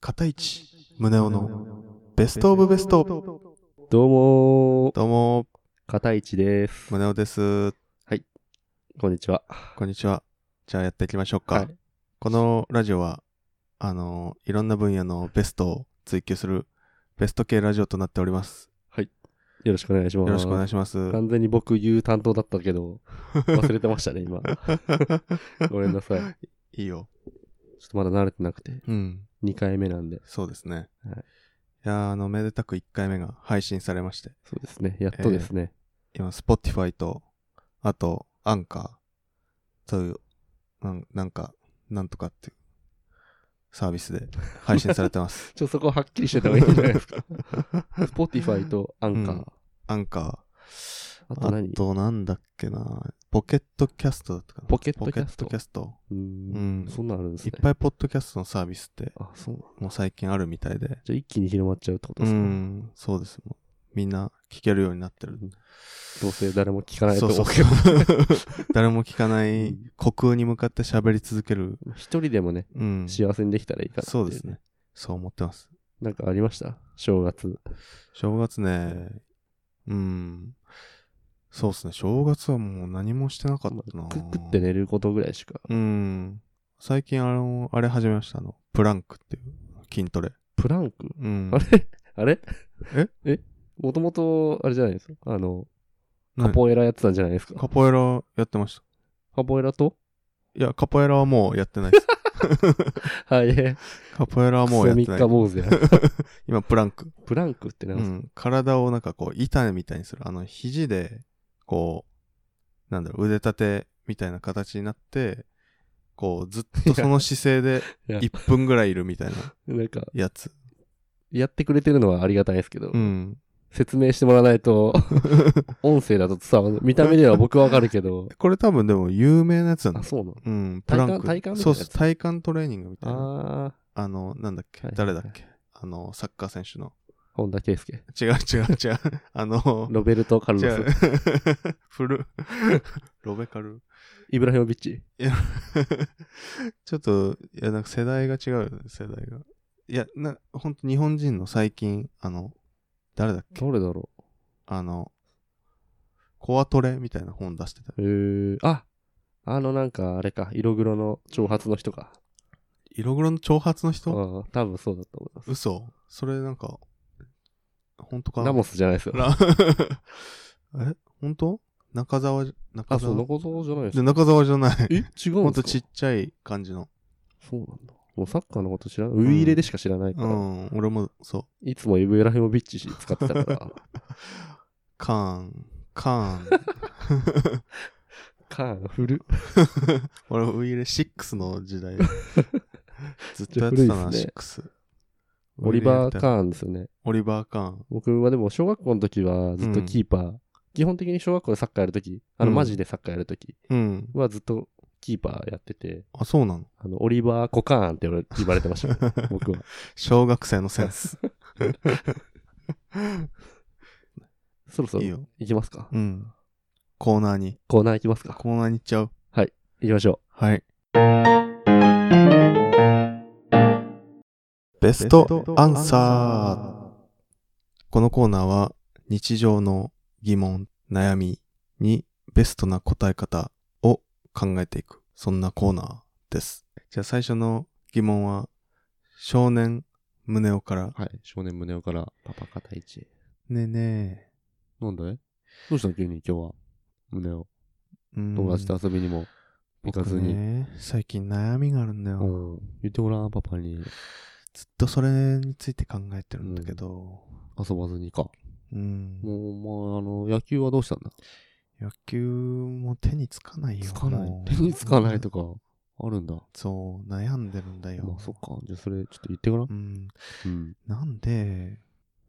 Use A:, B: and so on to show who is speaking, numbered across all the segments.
A: 片市宗男のベストオブベスト。
B: どうもー、
A: どうも、
B: 片市です。
A: 宗男です。
B: こんにちは。
A: こんにちは。じゃあやっていきましょうか。
B: はい
A: このラジオは、あの、いろんな分野のベストを追求するベスト系ラジオとなっております。
B: よろしくお願いしま
A: よ
B: す。
A: ろしくお願い
B: し
A: します。
B: 完全に僕言う担当だった けど、忘れてましたね、今。ごめんなさい。ちょ
A: いいよ。
B: っとまだ慣れてなくて、
A: うん。
B: 2回目なんで。
A: そうですね。
B: はい
A: いやーあの、めでたく1回目が配信されまして、
B: そうですね、やっとですね。
A: 今、Spotify と、あと、アンカーという、なんなんか、なんとかっていうサービスで配信されて ます。
B: ちょっとそこはっきりしてた方がいいんじゃないです か。Spotify とアンカー。
A: うんアンカー。
B: あと何
A: なんだっけなポケットキャストだったかな
B: ポケットキャスト
A: ポケットキャスト。
B: うー
A: うん
B: ん。そんなんあるんです
A: い
B: ね
A: っ。ぱいポッドキャストのサービスって、
B: あ、そうなんだ
A: もう最近あるみたいで。
B: じゃあ一気に広まっちゃうってこと
A: う
B: ですか、
A: ん、そうです。もうみんな聞けるようになってる。
B: どうせ誰も聞かないと思うけ
A: そ
B: ど。
A: うそうそう 誰も聞かな
B: う
A: い
B: ん
A: 虚空に向かって喋り続ける、
B: 一人でもね、
A: うん、
B: 幸せにできたらいいかなってい
A: そうですね。そう思ってます
B: なんかありました正月。
A: 正月ねうんそうですね正月はもう何もしてなかったな
B: く食って寝ることぐらいしか。
A: うん最近あのあれ始めましたあのプランクっていう筋トレ
B: プランク
A: うん
B: あれ あれ
A: え
B: えもともと、あれじゃないですかあの、カ
A: 何
B: ポエラやってたんじゃないですか
A: カポエラやってました
B: カポエラと
A: いやカポエラはもうやってないです
B: はい。え
A: カポエラはもうやって
B: ク
A: な
B: ソ三日
A: い
B: 坊主や。
A: 今プランク
B: プランクってなん
A: う
B: ですか、
A: ん、体をなんかこう板みたいにするあの肘でこうなんだろう腕立てみたいな形になってこうずっとその姿勢で
B: いや
A: 1分ぐらいいるみたいな
B: なんか、
A: やつ
B: やってくれてるのはありがたいんですけど、
A: うん
B: 説明してもらわな いと、音声だと伝わる。見た目では僕はわかるけど、
A: これ多分でも有名なやつなんだ
B: あ、そうなの
A: うんプランク
B: 体幹体幹みたいなやつ
A: そうそう体幹トレーニングみたいな
B: あー、
A: あのなんだっけ
B: はい
A: 誰だっけあのサッカー選手の
B: 本田圭佑。
A: 違う違う違うあの
B: ロベルト・カル
A: 違
B: ロ
A: う
B: ス。
A: フルロベカル
B: イブラヒモビッチ。
A: ちょっと、いや、なんか世代が違うよね、世代が。いや、な、ほんと日本人の最近、あの、誰だっけ
B: どれだろ
A: あの、コアトレみたいな本出してた。
B: うえー、あ、あのなんかあれか、色黒の長髪の人か。
A: 色黒の長髪の
B: あ
A: 人
B: ー多分そうだと思います。
A: 嘘それなんか、本当か
B: ラモスじゃないですよ。
A: ラ え本当中澤、中
B: あ、そう、
A: 澤。
B: 残そうじゃないです
A: で
B: か。
A: 中澤じゃない。
B: え違うんですか
A: ほんとちっちゃい感じの。
B: そうなんだ。もうサッカーのこと知らない。ウイイレでしか知らないか
A: う
B: ら。
A: ん、俺もそう。
B: いつもイブラヒモビッチ使ってた から。
A: カーン、カーン。
B: カーン、フル。
A: 俺、ウイイレ6の時 代。ずっと
B: ち
A: や
B: ょ
A: っ
B: 古
A: て
B: い
A: た
B: っす
A: な、
B: ね
A: 6。
B: オリバ
A: ウイイレやってた。
B: ー・カーンですよね。
A: オリバー・カーン。
B: 僕はでも小学校の時はずっとキーパー。基本的に小学校でサッカーやるとき、あの
A: うん
B: マジでサッカーやるとき
A: うん。
B: はずっとキーパーやってて、
A: あ、そうなの
B: あの、オリバー・コカーンって言われ言われてました、僕は。
A: 小学生のセン ス。
B: そろそ
A: いい
B: ろ
A: よ。
B: 行きますか。
A: うん。コーナーに。
B: コーナー行きますか。
A: コーナーに行っちゃう。
B: 行きましょ
A: はい。ベストアンサー。このコーナーは日常の疑問、悩みにベストな答え方を考えていく。そんなコーナーです。じゃあ最初の疑問は、少年宗男から。
B: う。はい。少年胸からパパ片一。
A: ねえね
B: なんだいどうしたの急に今日は。胸を。
A: え。うん
B: 友達と遊びにも行かず
A: 僕
B: に。
A: ね、最近悩みがあるんだよ。
B: うん。言ってごらん、パパに
A: ずっとそれについて考えてるんだけど。
B: 遊ばずにか。
A: うん
B: もう、まあ、あの、野球はどうしたんだ
A: 野球も手につかないよ。
B: つかない
A: も。う
B: 手につかないとか、あるんだ。
A: そう、悩んでるんだよ。
B: まあ、そっか。じゃあ、それ、ちょっと言ってごらん
A: う。ん。
B: うん。
A: なんで、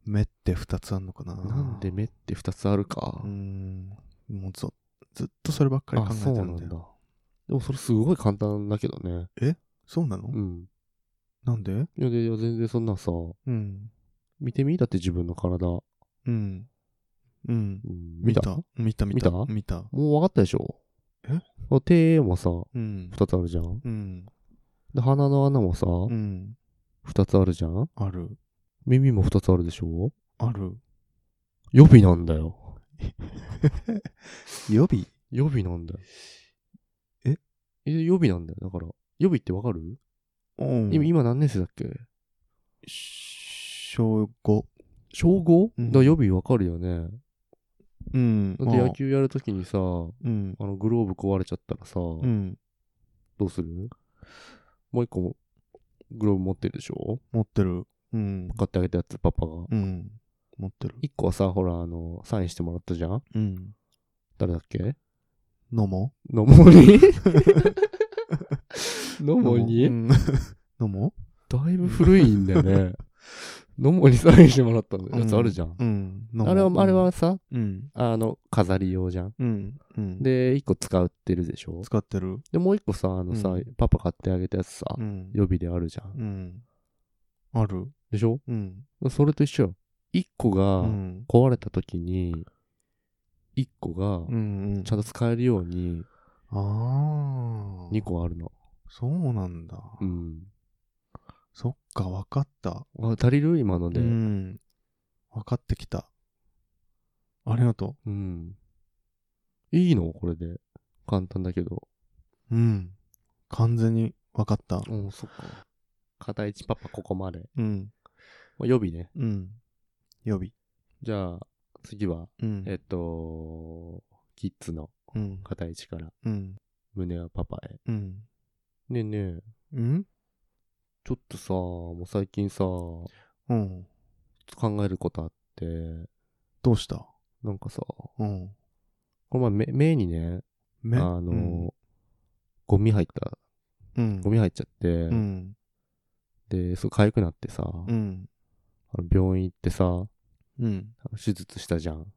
A: 目って二つあんのかな
B: なんで目って二つあるか
A: う。ん。もうずずっとそればっかり考
B: あ、
A: えて
B: そうな
A: る
B: ん
A: ん
B: だ
A: だよ。。
B: でも、それすごい簡単だけどね。
A: そうなの、
B: うん。
A: なんで
B: いや、でいや全然そんなさ、
A: うん。
B: 見てみだって自分の体。う
A: うん。うん。
B: ん
A: 見た見た見た
B: 見た
A: 見た。
B: もう分かったでしょ
A: え
B: あ手もさ、
A: うん。
B: 二つあるじゃん。
A: うん。
B: で、鼻の穴もさ、
A: うん。
B: 二つあるじゃん
A: ある、
B: 耳も二つあるでしょ
A: ある。
B: 予備なんだよ。
A: 予備
B: 予備なんだよ。
A: え
B: え予備なんだよ。だから、予備ってわかる、
A: うん
B: 今今何年生だっけ
A: 小5。
B: 小 5?
A: うん
B: だから予備わかるよね。
A: うん。
B: だって野
A: ま
B: 球やるときにさ、あ
A: あ。うん。
B: のグローブ壊れちゃったらさ、
A: うん。
B: どうするもう一個、グローブ持ってるでしょ
A: 持ってる。うん。
B: 買ってあげたやつ、パパが。
A: うん。持ってる。
B: 一個はさ、ほら、あの、サインしてもらったじゃん
A: うん。
B: 誰だっけ
A: のも
B: のもに のも
A: う
B: に
A: んのも
B: だいぶ古いんだよ ね。のもにサインしてもらったのやつあるじゃん。
A: うん。のも
B: あれは、あれは、さ、
A: うん。
B: あの、飾り用じゃん。
A: うん。うん。、
B: で、一個使ってるでしょ
A: 使ってる。
B: で、もう一個さ、あのさ、
A: うん
B: パパ買ってあげたやつさ、
A: うん。
B: 予備であるじゃん。
A: うん。ある。
B: でしょ
A: うん。
B: それと一緒よ。一個
A: う
B: が
A: ん。
B: 壊れた時に、一個が
A: うんうん。
B: ちゃんと使えるように
A: ああ。
B: 二個あるの。
A: そうなんだ。
B: うん。
A: そっか、わかった。
B: あ足りる今ので。
A: う
B: うん。
A: ん。わかってきた。ありがと
B: いいのこれで。簡単だけど。
A: う。うん。完全にわかった。
B: うん、そっか。片一パパここまで。
A: うん。
B: まあ、予備ね。
A: うん。予備。
B: じゃあ、次は、
A: うん。
B: えっと、キッズの
A: うん。
B: 片一から
A: うん。
B: 胸はパパへ。
A: うん。
B: ねえねえ、
A: うん
B: ちょっとさ、もう最近さ、考
A: うん。
B: えることあって、
A: どうした
B: なんかさ、
A: うん。
B: この前、目目にね、
A: 目
B: あのー、ゴミ入った、
A: うん。
B: ゴミ入っちゃって、
A: うん。
B: で、すごい痒くなってさ、
A: うん。
B: あの病院行ってさ、あの
A: うん。
B: 手術したじゃん。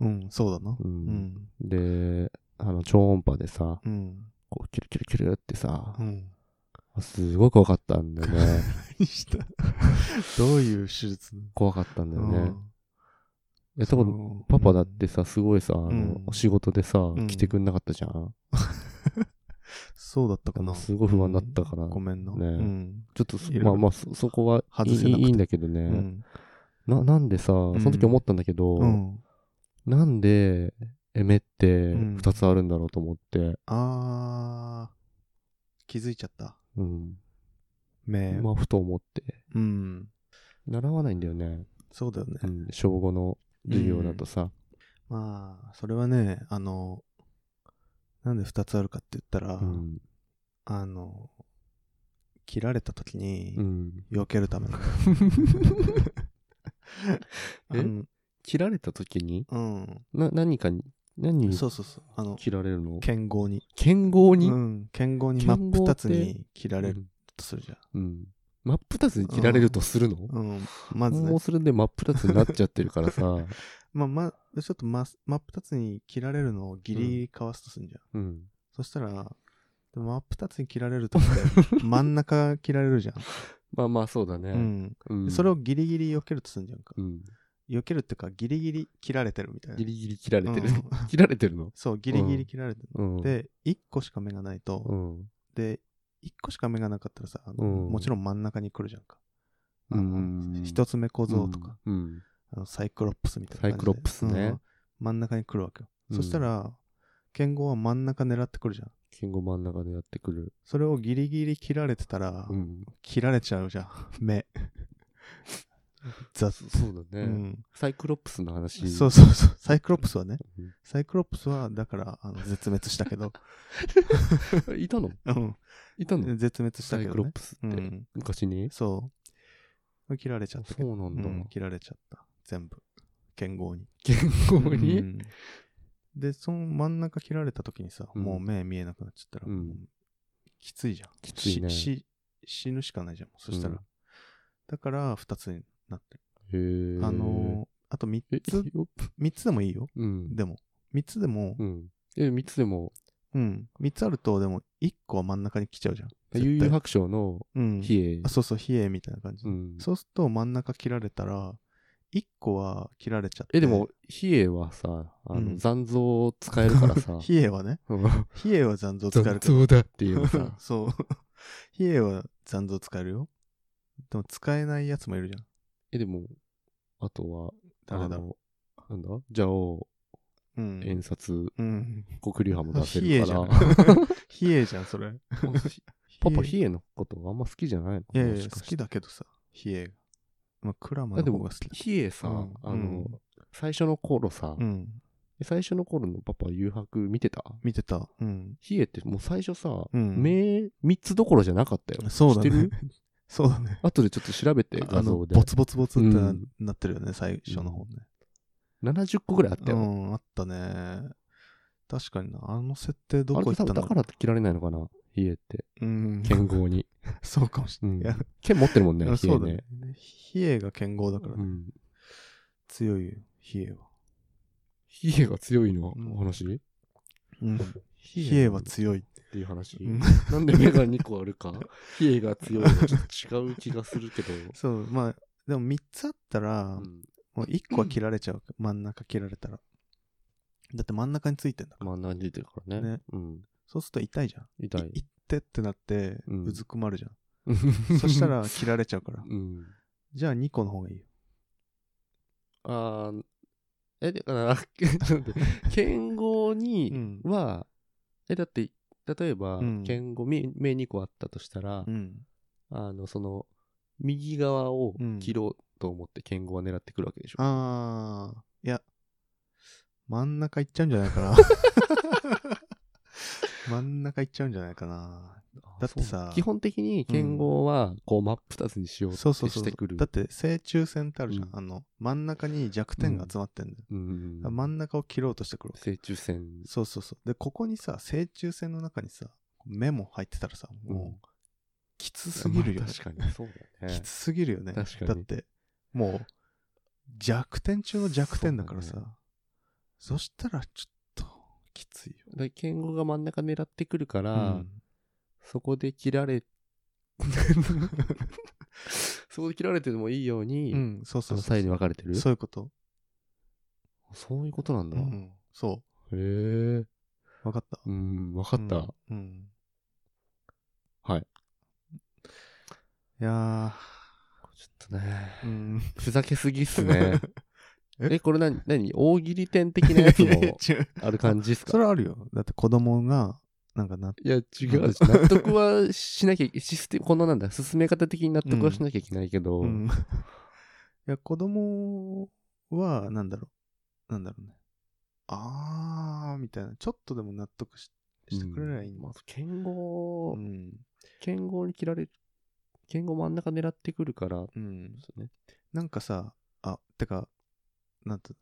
A: うん。そうだな。
B: う。
A: うんん。
B: で、あの、超音波でさ、
A: うん。
B: こう、キュルキュルキュルってさ
A: う、ん。
B: すごい怖かったんだ よね。
A: 何したどういう手術
B: 怖かったんだよね。え、多分、
A: 分
B: パパだってさ、すごいさ、あの
A: ん、
B: 仕事でさ
A: ん、
B: 来てくんなかったじゃん。
A: そうだったかな。
B: すごい不安だったから
A: うんごめんな。
B: ね
A: うん。
B: ちょっとそ
A: いろい、ろ
B: まあまあ、そそこは
A: 外
B: いい
A: せなくて
B: いいんだけど
A: う
B: ね。
A: ん。
B: な、なんでさ、その時思ったんだけど、
A: うん
B: なんで、え、目って
A: ん
B: 二つあるんだろうと思って。
A: あー、気づいちゃった。
B: うん。
A: 目。
B: まあ、ふと思って。
A: うん。
B: 習わないんだよね。
A: そうだよね
B: う。ん。小5の授業だとさ。
A: まあ、それはね、あの、なんで二つあるかって言ったら、
B: うん。
A: あの、切られた時に
B: う、ん。
A: 避けるため の。あ
B: え
A: の
B: 切られた時に
A: うん。
B: な、何かに、何に
A: そうそうそう。あの、
B: 切られるの
A: 剣豪に。
B: 剣豪に
A: うん。剣豪に真っ二つ
B: 剣豪っ
A: に切られるとするじゃん。
B: うん。真っ二つに切られるとするの
A: うん。まず
B: も
A: ね
B: う。それで真っ二つになっちゃってるから さ。
A: まあ、ま、ちょっとま、真っ二つに切られるのをギリギリかわすとするんじゃん。
B: うん。
A: そしたら、でも真っ二つに切られるとって、 真ん中切られるじゃん。
B: まあまあ、そうだね。
A: うん。
B: うん
A: でそれをギリギリ避けるとするんじゃんか
B: う。ん。
A: 避けるってか、ギリギリ切られてるみたいな。
B: ギリギリ切られてる
A: う。ん
B: 切られてるの
A: そう、ギリギリ切られてる。
B: うん。、
A: で、1個しか目がないと、
B: うん。
A: で、1個しか目がなかったらさ、あの
B: うん
A: もちろん真ん中に来るじゃんか。あ
B: うん
A: の一つ目小僧とか、
B: うん。
A: あのサイクロップスみたいな感じで。
B: サイクロップスね
A: うん真ん中に来るわけよ。
B: うん
A: そしたら、剣豪は真ん中狙ってくるじゃん。
B: 金吾真ん中でやってくる。
A: それをギリギリ切られてたら、
B: ん。
A: 切られちゃうじゃん。 目。雑。
B: そうだ
A: う
B: ね、
A: ん。
B: サイクロプスの話。
A: そうそうそう。サイクロップスはね
B: うん。
A: サイクロップスは、だから、あの、絶滅したけ ど。
B: いたの
A: うん。
B: いたの、
A: 絶滅した
B: サ
A: け
B: イ
A: ど、
B: ク
A: ね。
B: ロプスって。
A: うん。
B: 昔に
A: そう。切られちゃったけ
B: そ
A: ど。
B: うなんだ。
A: うん切られちゃった。全部。剣豪に。
B: 健康
A: う
B: に
A: んで、その真ん中切られた時にさ、
B: うん
A: もう目見えなくなっちゃったら、
B: うん
A: もうきついじゃん。
B: きついね
A: しし死ぬしかないじゃん。そしたら。
B: うん
A: だから、二つになってる。
B: へー
A: あのーあと三
B: え、
A: つ、
B: よ
A: 三つでもいいよ。
B: うん。
A: でも、三つでも
B: う、ん。え、三つでも、
A: うん。三つあると、でも、一個は真ん中に来ちゃうじゃん。絶
B: 悠々
A: 対
B: 白書の
A: うん。
B: 比叡
A: あ、。そうそう、比叡みたいな感じ。
B: うん。
A: そうすると、真ん中切られたら、一個は切られちゃって。
B: え、でも、、比叡はさ、あ
A: う
B: の
A: ん
B: 残像を使え るからさ、
A: 比叡はね、
B: うん
A: 比叡は残像使え
B: 残
A: るけど
B: 像だっていうの
A: 、
B: さ
A: そう。比 EA は残像使えるよ。でも使えないやつもいるじゃん。
B: え、でも、あとは、
A: 誰だろ
B: ろう。なんだじゃあ、
A: う。うん。
B: 遠札、
A: うん。
B: 国流派も出せ
A: 冷え
B: る
A: じ
B: か
A: ゃ
B: ら
A: ん。。 冷えじゃん、それ。
B: パパ、
A: 冷え
B: ヒエのことあんま好きじゃないのか
A: い
B: な
A: やいや、
B: しか
A: 好
B: して
A: きだけどさ、冷えが。まあ、クラマの方が好きだ。
B: ヒエさ、
A: うん
B: あの、
A: うん
B: 最初の頃さ、
A: うん。
B: 最初の頃のパパ誘白見てた
A: 見てた。うん。
B: ヒエってもう最初さ、
A: うん
B: 目3つどころじゃなかったよ。
A: そうだ
B: 知って
A: ね
B: る。
A: そうだね。
B: 後でちょっと調べて画
A: あの、
B: 像で
A: ボ。ツボツボツってな
B: うん
A: なってるよね、最初の方ね。
B: 70個ぐらいあった
A: う
B: よ。
A: ん、あったね。確かにな、あの設定ど
B: あ
A: こ
B: れ
A: 行
B: 多
A: った
B: 分
A: の
B: だから切られないのかな、ヒエって。
A: うん。
B: 剣豪に。
A: そうかもし
B: う
A: れ
B: ん
A: ない。
B: 剣持ってるもん
A: い
B: ね、
A: や、
B: ヒ
A: そ
B: エ
A: うだ
B: ね
A: ね。。冷えが剣豪だから
B: う
A: ね。
B: ん。
A: 強いよ、冷えは。
B: ヒエが強いの
A: うん
B: お話
A: うん。
B: ヒ
A: 冷えは強い。
B: っていう話
A: うん
B: なんで目が2個ある か、ヒエが強いのちょっと違う気がするけど。
A: そう、まあ、でも3つ あったら、
B: うん
A: もう1個は切られ ちゃう。真ん中切られたら。だって真ん中についてんだから。
B: まあ、何出てるからね
A: ね。
B: うん。
A: そうすると痛いじゃん。
B: 痛
A: い
B: い。
A: 行ってってなって、
B: うん
A: うずくまるじゃ ん。 そした、ら切られちゃうから。
B: うん。
A: じゃあ2個の方がいいよ。
B: あーえ、だから、 剣豪
A: う
B: に
A: ん。
B: は、え、だって、例えば
A: うん、
B: 剣豪、目目2個あったとしたら
A: う、ん。
B: あの、その、右側を
A: うん
B: 切ろうと思って剣豪は狙ってくるわけでしょ。
A: あー、いや、真ん中行っちゃうんじゃないか な。真ん中行っちゃうんじゃないかな。だってさ
B: そう基本的に剣豪は、こう、真っ二つにしようって
A: そうそうそうそ
B: し
A: う
B: てくる。
A: だって、正中線ってあるじゃん。
B: うん
A: あの、真ん中に弱点が集まってんだよ。
B: うん
A: だから真ん中を切ろうとしてくるわけ。
B: 正中線。
A: そうそうそう。で、ここにさ、正中線の中にさ、目も入ってたらさ、もう、きつすぎるよ
B: ま
A: ね
B: あ。確かに、そうだね。
A: きつすぎるよね。
B: 確かに
A: だって、もう、弱点中の弱点だからさ。
B: そ
A: そうしたら、ちょっと、きついよ。
B: だから剣豪が真ん中狙ってくるから、
A: うん
B: そこで切られ、 そこで切られてもいいように、
A: うん、そう
B: そ
A: そう
B: の
A: そう
B: 際に分かれてる
A: そういうこと。
B: そういうことなん
A: う
B: だ。へ
A: ん、そ
B: え。
A: う。わかった。
B: うん、分かった。
A: うん。うん
B: はい。
A: いや
B: ちょっとね、
A: ー、 うん。
B: ふざけすぎっす ね。
A: え
B: え、これ何、何大喜利点的なや つ
A: いやいや
B: も
A: 違う
B: ある感じっす
A: そ
B: か
A: れはあるよ。だって子供が、なんかな、
B: いや、違うし。納得はしなきゃ、システム、このなんだ、進め方的に納得はしなきゃいけないけど、
A: うん。いや、子供は、なんだろう。なんだろうね。あー、みたいな。ちょっとでも納得ししてくれればいいんだ
B: まあ、剣豪、
A: うん。
B: 剣豪に切られる。剣豪真ん中狙ってくるから、
A: うん。
B: ね。
A: なんかさ、あ、てか、なんて、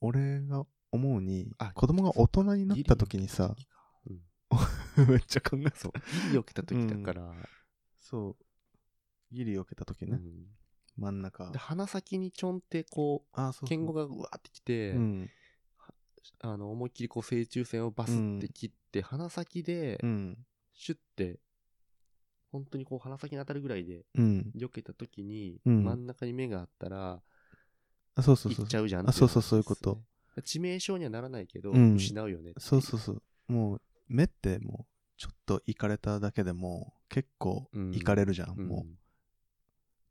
A: 俺が思うに
B: あ、
A: 子供が大人になった時にさ、 めっちゃ考え
B: そう。ギリ避けた時だから、
A: そう。ギリ避けた時
B: う
A: ね。
B: ん
A: 真ん中
B: で。鼻先にちょんってこ、
A: あー、そうう。
B: 剣豪がうわーってきて、
A: うん。
B: あの、思いっきりこう、正中線をバスって切って、鼻先で
A: う、ん。
B: シュッて、本当にこう、鼻先に当たるぐらいで、
A: うん。
B: 避けた時に、
A: うん
B: 真ん中に目があったら、
A: あ、そうそう
B: 行
A: そう
B: っ。ちゃうじゃん
A: あ
B: ってい
A: そうそうそういうこと
B: 話ですよね。致命傷にはならないけど、
A: うん
B: 失うよね。
A: そうそうそう。もう、目ってもう、ちょっといかれただけでも、結構
B: うん
A: いかれるじゃん、
B: ん
A: もう。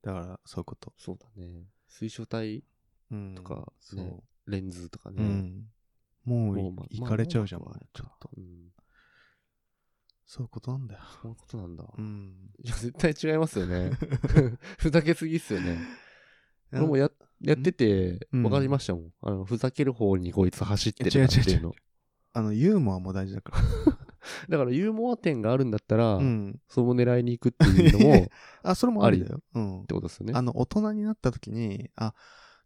A: だから、そういうこと。
B: そうだね。水晶体、
A: うん
B: とか
A: そう。
B: ねレンズとか
A: う
B: ね。
A: ん。も
B: もう
A: う
B: ま
A: い、いかれちゃうじゃん、
B: まあ
A: もうちょっと。
B: うん。
A: そういうことなんだよ。
B: そういうことなんだ。
A: うん。
B: いや、絶対違います よね。ふざけすぎっすよね。俺もや、やってて、
A: うん
B: わかりましたもん。あの、ふざける方にこいつ走って
A: いや違
B: るな
A: う
B: っていうの。
A: あの、ユーモアも大事だから。
B: だから、ユーモア点があるんだったら
A: う、ん。
B: その狙いに行くっていうのも、 って
A: あ、それもありだよ。うん。
B: ことですよね
A: あ。の、大人になった時に、あ、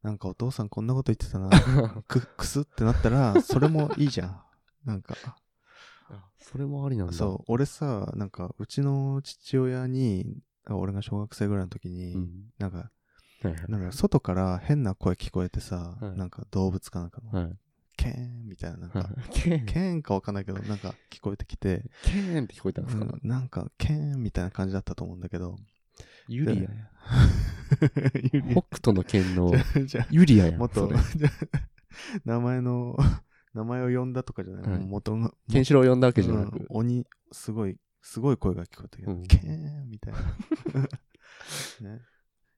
A: なんかお父さんこんなこと言ってたな、く、くすってなったら、それもいいじゃん。なんか、
B: あそれもありなんだ。
A: そう、俺さ、なんか、うちの父親に、あ俺が小学生ぐらいの時に、
B: うん。
A: なんか、
B: はいはい
A: なんか外から変な声聞こえてさ、
B: はい
A: なんか動物かなんかの、
B: はい。
A: ケーンみたいな、なんか、
B: はいケーン。
A: ケーンかわかんないけど、なんか聞こえてきて、
B: ケーンって聞こえたんですか
A: うんなんか、ケーンみたいな感じだったと思うんだけど、
B: ユリアや。
A: ユリ
B: 北斗の剣の
A: ア じゃあ
B: ユリアやん。
A: もっと
B: それ、
A: 名前の、名前を呼んだとかじゃない、
B: はい
A: 元の、
B: ケンシロウを呼んだわけじゃな
A: うん
B: く。
A: 鬼、すごいすごい声が聞こえたけど、
B: うん
A: けーんみ たいな、ね。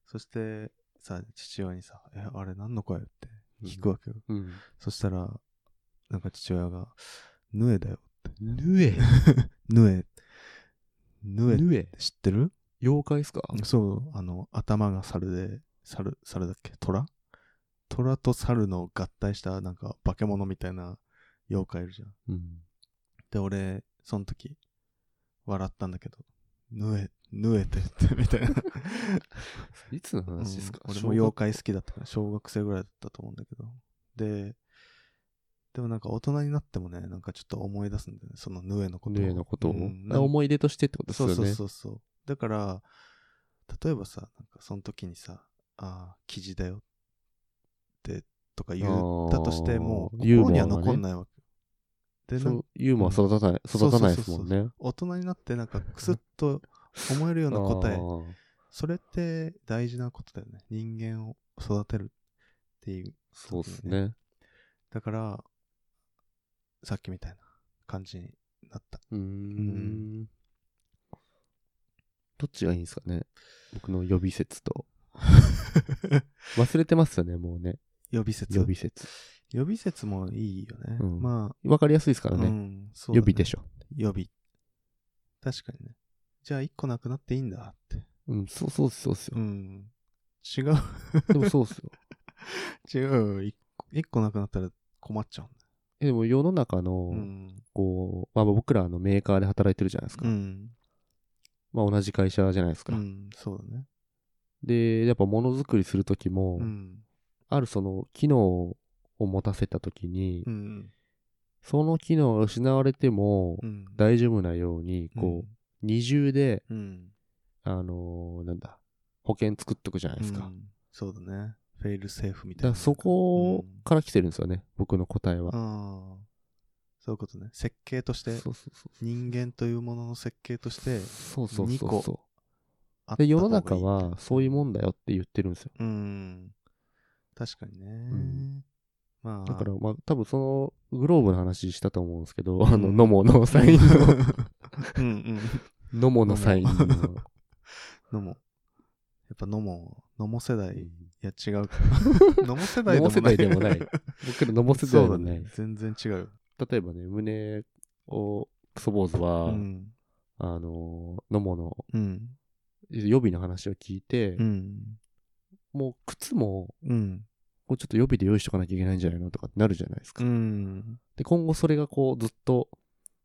A: そしてさ、父親にさ、え、あれ何の声って聞くわけよ。
B: うん。
A: そしたら、なんか父親が、ヌエだよ。
B: ぬえ
A: ヌエ。ヌエって
B: ぬえ
A: 知ってる
B: 妖怪っすか
A: そう、あの、頭が猿で、猿、猿だっけ虎虎と猿の合体した、なんか、化け物みたいな妖怪いるじゃん。
B: うん。
A: で、俺、その時、笑ったんだけど、ぬえ、ぬえてって、みたいな。
B: いつの話っすか
A: うん俺も妖怪好きだったから、小学生ぐらいだったと思うんだけど。で、でもなんか大人になってもね、なんかちょっと思い出すんだよね、そのヌエのことを。
B: ぬえのことを。
A: うん
B: あ思い出としてってことです
A: そう
B: よね。
A: そうそうそう。だから、例えばさ、なんかその時にさ、ああ、記事だよって、とか言ったとしても、
B: あーユーモ
A: 心
B: アが
A: に
B: ね
A: は残んないわけ。で、
B: そ
A: なん
B: うユーモア育たない、
A: そうそう
B: 育たないですもんね。
A: 大人になってなんかクスッと思えるような 答え、
B: え。
A: それって大事なことだよね。人間を育てるっていう。
B: そうですね。
A: だから、さっきみたいな感じになった。
B: うーん。どっちがいいんですかね僕の予備説 と。忘れてますよね、もうね。
A: 予備説。
B: 予備説。
A: 予備説もいいよね。
B: うん
A: ま
B: わかりやすいですか
A: あ、
B: らね。
A: ん、そうだ
B: 予
A: ね
B: 備でしょ。
A: 予備。確かにね。じゃあ一個なくなっていいんだって。
B: うん、そうそうっすそうっすよ。
A: ん。違う、
B: でもそうっすよ。
A: 違うよ。一個一個なくなったら困っちゃうんだ。
B: えでも世の中の、
A: うん。
B: こう、まあ僕らあのメーカーで働いてるじゃないですか。
A: うん。
B: まあ同じ会社じゃないです
A: う
B: か。
A: ん、そうだね。
B: で、やっぱものづくりするときも、
A: うん。
B: あるその機能を持たせたときに、
A: うん。
B: その機能が失われても
A: うん。
B: 大丈夫なように、こう、二重で、
A: うん。うん。
B: あのーなんだ、保険作っとくじゃないですか。
A: うんそうだね。フェイルセーフみ
B: だ
A: た
B: か
A: い
B: ら
A: な。
B: そこ
A: うん
B: から来てるんですよね、僕の答えは。
A: ああ。そういうことね。設計とし
B: そう
A: て、
B: そうそう。
A: 人間というものの設計として
B: そうそう
A: 二
B: そう
A: 個
B: そ
A: あっ
B: う。
A: た
B: で、世
A: 方
B: の
A: がいい
B: 中はそういうもんだよって言ってるんですよ。
A: うん。確かにね。
B: ん
A: まあ。
B: だから、まあ、多分その、グローブの話したと思うんですけど、
A: ん
B: あの、ノモのサイ ンの、
A: うんうん。
B: ノモのサインの。
A: のも。やっぱのも、のも世代。いや違う か。のも世代でも
B: ノモ世
A: ない。
B: 代で もない。僕らノモ世代
A: そう
B: で
A: だ
B: もない
A: ね。。全然違う。
B: 例えばね、胸を、クソ坊主は、
A: うん。
B: あの、ノモの
A: うん。
B: 予備の話を聞いて、
A: うん。
B: もう靴も、
A: うん。
B: こうちょっと予備で用意しとかなきゃいけないんじゃないのとかってなるじゃないですか。
A: うん。
B: で、今後それがこう、ずっと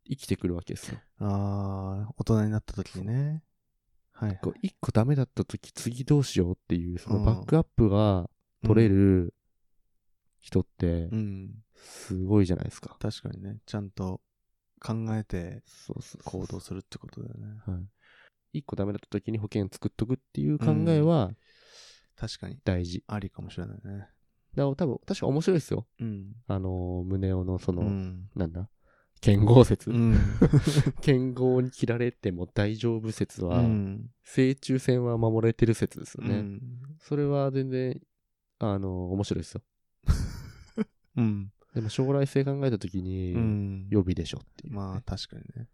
B: 生きてくるわけですよ。
A: ああ、大人になった時にね。はい。
B: こう一個ダメだった時、次どうしようっていう、その
A: うん
B: バックアップが取れる人って
A: う、ん。
B: すごいじゃないですか。
A: 確かにね。ちゃんと考えて
B: そうそうそう
A: 行動するってことだよね。
B: はい。一個ダメだった時に保険作っとくっていう考えは
A: 確かに。
B: 大事。
A: ありかもしれないね。
B: だから多分、確か面白いですよ。
A: うん。
B: あのー、胸をのそうの、
A: ん。
B: なんだ剣豪説、
A: うん。
B: 剣豪に切られても大丈夫説
A: う
B: は、
A: ん。
B: 正中線は守られてる説ですよね。
A: うん
B: それは全然、あのー、面白いですよ。
A: うん。
B: でも将来性考えた時に、
A: うん
B: 予備でしょっていうね、
A: まあ確かにね。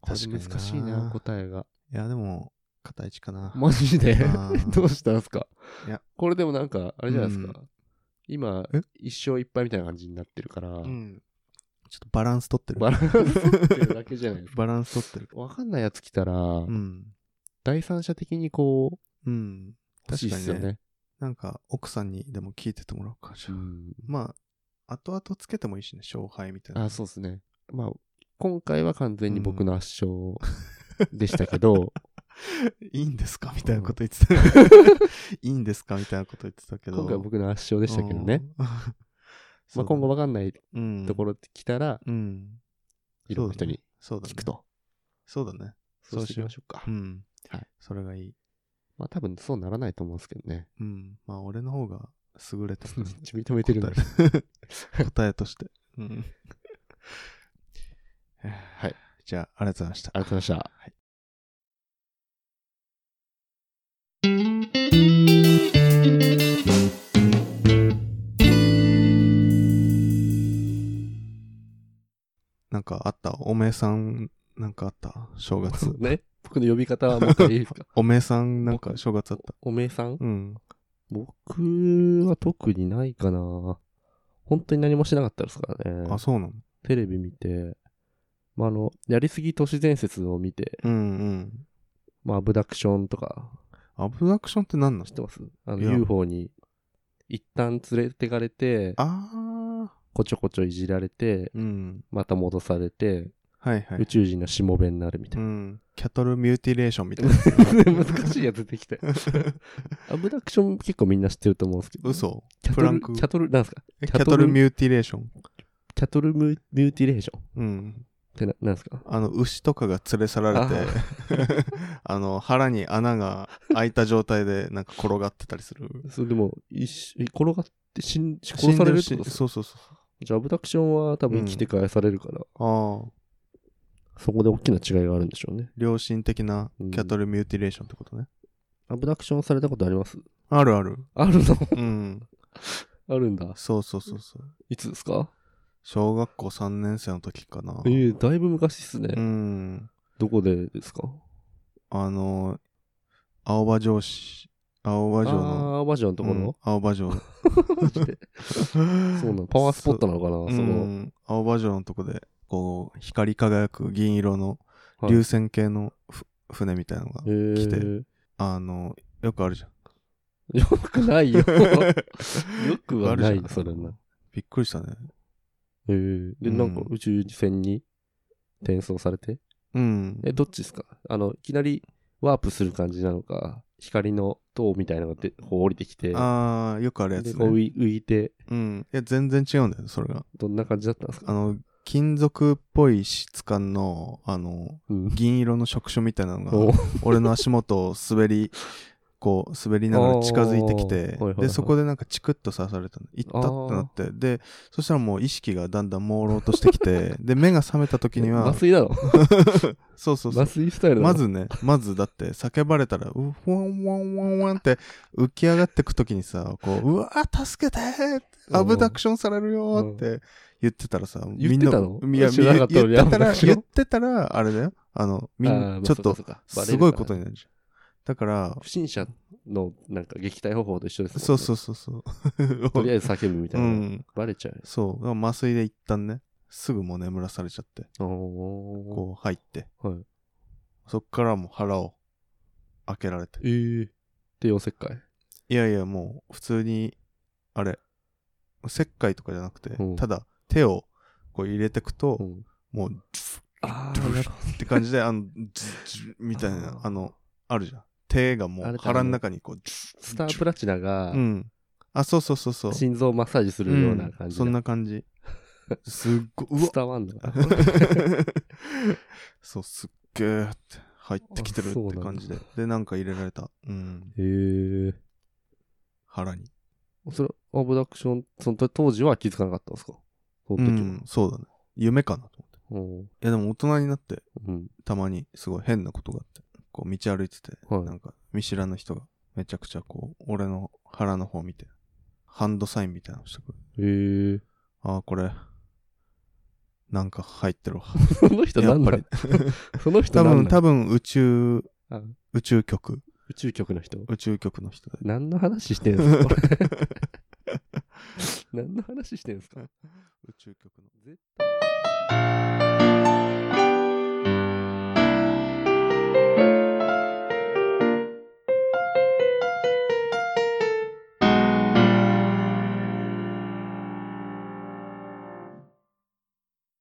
B: これ難しいな、
A: 確か
B: 答えが。
A: にないやでも、片一かな。
B: マジで
A: あー
B: どうしたんすか
A: いや
B: これでもなんか、あれじゃないですか。今
A: え、
B: 一生いっぱいみたいな感じになってるから、
A: うん。ちょっとバランス取ってる。
B: バランス取ってるだけじゃないですか。
A: バラン ス取ってる。
B: わかんないやつ来たら、
A: うん。
B: 第三者的にこう、
A: うん。
B: 欲しいっすよね。
A: なんか、奥さんにでも聞いててもらおうか。じゃあ
B: うん
A: まあ、後々つけてもいいしね、勝敗みたいな。
B: あ、そうですね。まあ、今回は完全に僕の圧勝でしたけ ど、
A: いいんですかみたいなこと言ってた。 いいんですかみたいなこと言ってたけど。
B: 今回は僕の圧勝でしたけどね。
A: うん。
B: まあ今後わかんない
A: 後
B: とこ
A: ろ、
B: ろって来たら、
A: うん。
B: いろんな人に
A: そうだね
B: 聞く。と。
A: そうだね。
B: そうしていきましょうか。
A: うん。
B: はい。
A: それがいい。
B: まあ多分そうならないと思うんですけどね。
A: うん。まあ、俺の方が優れた
B: めっ ちゃ認めてるんだ。
A: 答え答えとして。 うん。
B: はい。
A: じゃあ、ありがとうございました
B: あ。りがとうございました。。
A: なんかあったおめえさんなんかあった正月
B: ね僕の呼び方はもう一回いいです か
A: おめえさんなんか正月あった。
B: おおめえさん
A: うん。
B: 僕は特にないかな。本当に何もしなかったですからね
A: あ、。そうなの
B: テレビ見て、まあ、あの、やりすぎ都市伝説を見て、
A: うんうん。
B: まあ、アブダクションとか、
A: アブダクションって何なの
B: 知ってますあ
A: いや
B: の、UFO に、一旦連れてかれて、
A: あ
B: こちょこちょいじられて、
A: ー。うん。
B: また戻されて、
A: はいはい
B: 宇。宙人のしもべになるみた
A: う
B: いな。
A: ん。キャトルミューティレーションみたい な。
B: 難しいやつ出てきたよ。アブダクション結構みんな知ってると思うんですけど。
A: 嘘
B: キャ
A: プ
B: ト
A: ラ
B: ル
A: ン、ク
B: キャトル、なんですか
A: えキ
B: キャト
A: ャ
B: ル
A: トルミューティレーション。
B: キャトルミュミューティレーションっ
A: うん。
B: てななんですか
A: あの、牛とかが連れ去られて、 あの、腹に穴が開いた状態で、なんか転がってたりする。
B: それでも、一し転がって死ん殺されるって
A: 死んでるし
B: ことですか
A: そうそうそう。
B: じゃあ、アブダクションは多分生きて返されるから、
A: ああ、
B: そこで大きな違いがあるんでしょうね。
A: 良心的なキャトルミューティレーションってことね。
B: アブダクションされたことあります
A: あるある。
B: あるの
A: うん。
B: あるんだ。
A: そうそうそうそう。
B: いつですか
A: 小学校3年生の時かな。
B: ええだいぶ昔っすね。
A: うん。
B: どこでですか
A: あの、青葉城市、青葉
B: あ
A: 城の。
B: ー、バージョンのとこ
A: うん
B: ろ、
A: 青葉 城。
B: マジでそうなの。パワースポットなのかな
A: う
B: その、
A: ん、青葉城のとこで、こう、光り輝く銀色の
B: はい
A: 流線形のふ船みたいなのが、
B: えー
A: 来てあの、よくあるじゃん。
B: よく ないよ。よくはな
A: ある
B: い
A: じゃん
B: それな。
A: びっくりしたね。
B: えーで、
A: うん
B: なんか宇宙船に転送されて。
A: うん。
B: え、どっちですかあの、いきなりワープする感じなのか、光の塔みたいなのがでこう降りてきて、
A: ああ、よくあるやつ、
B: でこう
A: ね。
B: 浮い浮いて、
A: うん。いや、全然違うんだよね、それが。
B: どんな感じだったんです
A: あ
B: か
A: の、金属っぽい質感の、あの、
B: うん。
A: 銀色の触手みたいなの
B: お
A: が、俺の足元を滑り、こう、滑りながら近づいてきて
B: あーはいはい、はい
A: で、そこでなんかチクッと刺されたの。いったってなって、で、そしたらもう意識がだんだん朦朧としてきて、で、目が覚めた時に は
B: 麻、酔なの
A: そうそうそう
B: 麻。酔スタイルなの
A: まずね、まずだって叫ばれたら、うわんわんわんわんって浮き上がってくときにさ、こ う、うわー助けて
B: うん
A: アブダクションされるよーって言ってたらさ、み
B: 言っ
A: ん
B: て
A: な、
B: たの
A: いや、
B: 知らなかった
A: 言
B: 俺
A: ってた
B: アブ
A: ら、
B: ダクション
A: 言ってたら、あれだよ。あの、みん
B: あ
A: な、
B: ー
A: ちょっと、、すごいこと
B: に。
A: になるじゃん。だから、
B: 不審者のなんか撃退方法と一緒ですもんね。
A: そうそうそうそう。
B: とりあえず叫ぶみた
A: う
B: いな。
A: ん。
B: バレちゃうよ。
A: そう。だから麻酔で一旦ね、すぐもう眠らされちゃって、
B: お
A: こう入って、
B: ーはい。
A: そっからもう腹を開けられて。
B: えー。帝王切開。
A: いやいや、もう、普通に、あれ、石灰とかじゃなくて
B: う、ん
A: ただ、手を、こう入れてくと
B: う、ん
A: もう、ズ
B: あ
A: ドゥ
B: ー
A: ル
B: なるほ
A: ッって感じで、あの、ズズみたいな、あの、あるじゃん。手がも
B: あ
A: う
B: れ
A: 腹の中にこう、
B: どスタープラチナが
A: うん。あ、そうそうそうそう。
B: 心臓マッサージするような感じだ。
A: うんそんな感じ。すっご、うわ
B: 伝わんのかな
A: そう、すっげーって入ってきてるっ
B: あそう
A: て
B: なんだ
A: 感じで。で、なんか入れられた。うん。
B: へえ。
A: 腹に。
B: それ、アブダクション、その当時は気づかなかったんですかその
A: う
B: 時は
A: ん、そうだね。夢かなと思って。
B: うん
A: いや、でも大人になって、
B: うん。
A: たまにすごい変なことがあって、こう道歩いてて、
B: はい
A: なんか見知らぬ人がめちゃくちゃこう、俺の腹の方見て、ハンドサインみたいなのしてくる。
B: へえ。
A: ああ、これ、なんか入ってるわ。
B: その人
A: や
B: な
A: っ
B: ん
A: ぱ
B: だ
A: り。
B: その人
A: 多
B: なん
A: 分、
B: だ
A: 多分宇宙、
B: あ
A: 宇宙局、
B: 宇宙局の人
A: 宇宙局の人で。
B: 何の 話してんすかこれ何の話してんすか
A: 宇宙局。